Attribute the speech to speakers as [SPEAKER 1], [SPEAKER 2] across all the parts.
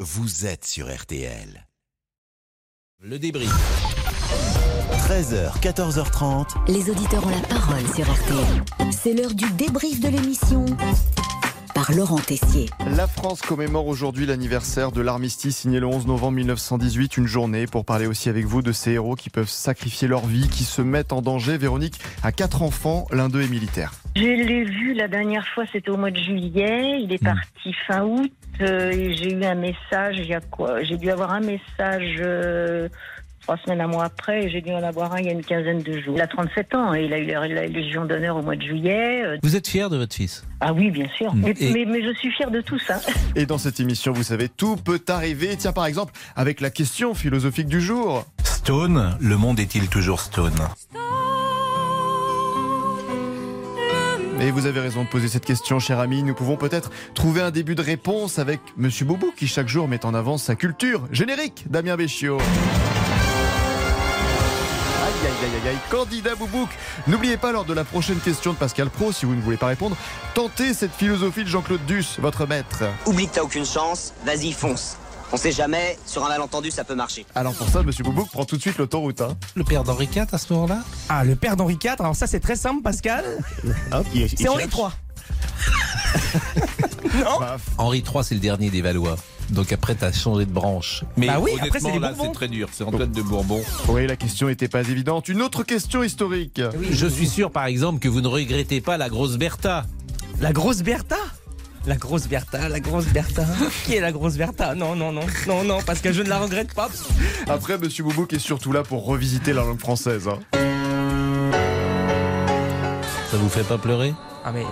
[SPEAKER 1] vous êtes sur RTL.
[SPEAKER 2] Le débrief.
[SPEAKER 1] 13h, 14h30.
[SPEAKER 3] Les auditeurs ont la parole sur RTL. C'est l'heure du débrief de l'émission par Laurent Tessier.
[SPEAKER 4] La France commémore aujourd'hui l'anniversaire de l'armistice signé le 11 novembre 1918, une journée pour parler aussi avec vous de ces héros qui peuvent sacrifier leur vie, qui se mettent en danger. Véronique a quatre enfants, l'un d'eux est militaire.
[SPEAKER 5] Je l'ai vu la dernière fois, c'était au mois de juillet. Il est parti fin août euh, et j'ai eu un message. Il y a quoi J'ai dû avoir un message. euh, Trois semaines, un mois après, et j'ai dû en avoir un il y a une quinzaine de jours. Il a 37 ans et il a eu la, la Légion d'honneur au mois de juillet. Euh,
[SPEAKER 2] Vous êtes fier de votre fils
[SPEAKER 5] Ah oui, bien sûr.
[SPEAKER 2] Mm.
[SPEAKER 5] Mais,
[SPEAKER 2] Et-
[SPEAKER 5] mais- mais je suis fière de tout ça.
[SPEAKER 4] Et dans cette émission, vous savez, tout peut arriver. Tiens, par exemple, avec la question philosophique du jour.
[SPEAKER 6] Stone, le monde est-il toujours stone
[SPEAKER 4] Et vous avez raison de poser cette question, cher ami. Nous pouvons peut-être trouver un début de réponse avec Monsieur Boubou, qui chaque jour met en avant sa culture. Générique, Damien Béchiot. Aïe, aïe, aïe, aïe, aïe, candidat Boubouk. N'oubliez pas, lors de la prochaine question de Pascal Pro, si vous ne voulez pas répondre, tentez cette philosophie de Jean-Claude Duss, votre maître.
[SPEAKER 7] Oublie que t'as aucune chance, vas-y fonce. On sait jamais, sur un malentendu ça peut marcher.
[SPEAKER 4] Alors pour ça, Monsieur Boubouk prend tout de suite l'autoroute. Hein.
[SPEAKER 2] Le père d'Henri IV à ce moment-là
[SPEAKER 8] Ah, le père d'Henri IV, alors ça c'est très simple, Pascal. C'est Henri III.
[SPEAKER 2] Henri III, c'est le dernier des Valois. Donc après, t'as changé de branche. Mais
[SPEAKER 8] Bah oui,
[SPEAKER 2] honnêtement,
[SPEAKER 8] après, c'est les
[SPEAKER 2] là,
[SPEAKER 8] Bourbons.
[SPEAKER 2] c'est très dur. C'est Antoine de Bourbon.
[SPEAKER 4] Oui, la question n'était pas évidente. Une autre question historique.
[SPEAKER 2] Je suis sûr, par exemple, que vous ne regrettez pas la grosse Bertha.
[SPEAKER 8] La grosse Bertha La grosse Bertha, la grosse Bertha. Qui est la grosse Bertha Non, non, non, non, non, parce que je ne la regrette pas.
[SPEAKER 4] Après, Monsieur Boubouk est surtout là pour revisiter la langue française. hein.
[SPEAKER 2] Ça vous fait pas pleurer
[SPEAKER 8] Ah mais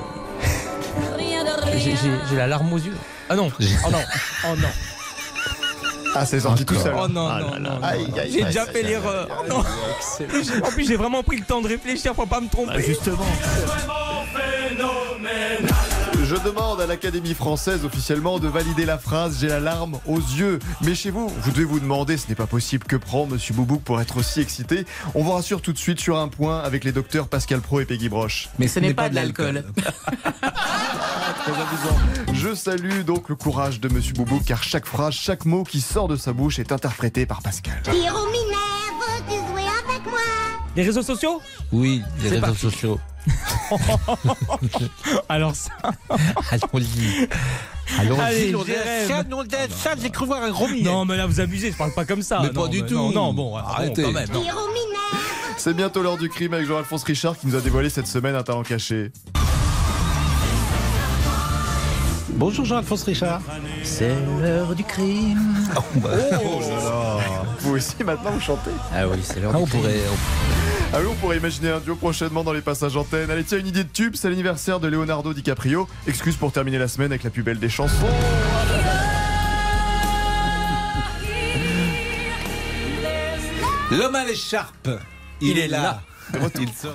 [SPEAKER 8] j'ai j'ai- j'ai la larme aux yeux. Ah non, oh non, oh non,
[SPEAKER 4] Ah, c'est sorti tout seul. Ah
[SPEAKER 8] oh non, non, non, non.
[SPEAKER 4] Aïe, aïe,
[SPEAKER 8] J'ai
[SPEAKER 4] aïe,
[SPEAKER 8] déjà
[SPEAKER 4] aïe,
[SPEAKER 8] fait
[SPEAKER 4] aïe,
[SPEAKER 8] l'erreur. Oh non. En plus j'ai vraiment pris le temps de réfléchir pour pas me tromper.
[SPEAKER 2] Justement.
[SPEAKER 4] Je demande à l'Académie française officiellement de valider la phrase J'ai la larme aux yeux. Mais chez vous, vous devez vous demander, ce n'est pas possible, que prend Monsieur Boubouk pour être aussi excité On vous rassure tout de suite sur un point avec les docteurs Pascal Pro et Peggy Broche.
[SPEAKER 2] Mais ce
[SPEAKER 9] n'est pas de l'alcool.
[SPEAKER 4] Je salue donc le courage de Monsieur Boubouk car chaque phrase, chaque mot qui sort de sa bouche est interprété par Pascal.
[SPEAKER 10] Pierrot Minerve, tu jouais avec moi
[SPEAKER 8] Les réseaux sociaux
[SPEAKER 2] Oui, les
[SPEAKER 8] C'est
[SPEAKER 2] réseaux
[SPEAKER 8] parti.
[SPEAKER 2] sociaux.
[SPEAKER 8] Alors ça.
[SPEAKER 2] Allons-y. Allons-y.
[SPEAKER 8] Allez,
[SPEAKER 2] on
[SPEAKER 8] je
[SPEAKER 2] est à
[SPEAKER 8] rêve.
[SPEAKER 2] Cannes, on est à Cannes, j'ai cru voir un gros millet.
[SPEAKER 8] Non mais là vous abusez, je parle pas comme ça.
[SPEAKER 2] Ah, Mais
[SPEAKER 8] Non,
[SPEAKER 2] pas du tout.
[SPEAKER 8] Non, non, bon, ah, bon,
[SPEAKER 2] Arrêtez.
[SPEAKER 8] quand même. non.
[SPEAKER 10] Pierrot Minerve,
[SPEAKER 4] C'est bientôt l'heure du crime avec Jean-Alphonse Richard qui nous a dévoilé cette semaine un talent caché.
[SPEAKER 2] Bonjour Jean-Alphonse Richard.
[SPEAKER 9] C'est l'heure du crime.
[SPEAKER 4] Vous aussi maintenant vous chantez
[SPEAKER 9] Ah oui, c'est l'heure
[SPEAKER 2] Ah,
[SPEAKER 9] du
[SPEAKER 2] on
[SPEAKER 9] crime.
[SPEAKER 2] pourrait.
[SPEAKER 4] Ah oui, on pourrait imaginer un duo prochainement dans les passages antennes. Allez, tiens, une idée de tube, c'est l'anniversaire de Leonardo DiCaprio. Excuse pour terminer la semaine avec la plus belle des chansons.
[SPEAKER 2] L'homme à l'écharpe, il, est là.
[SPEAKER 4] De retour.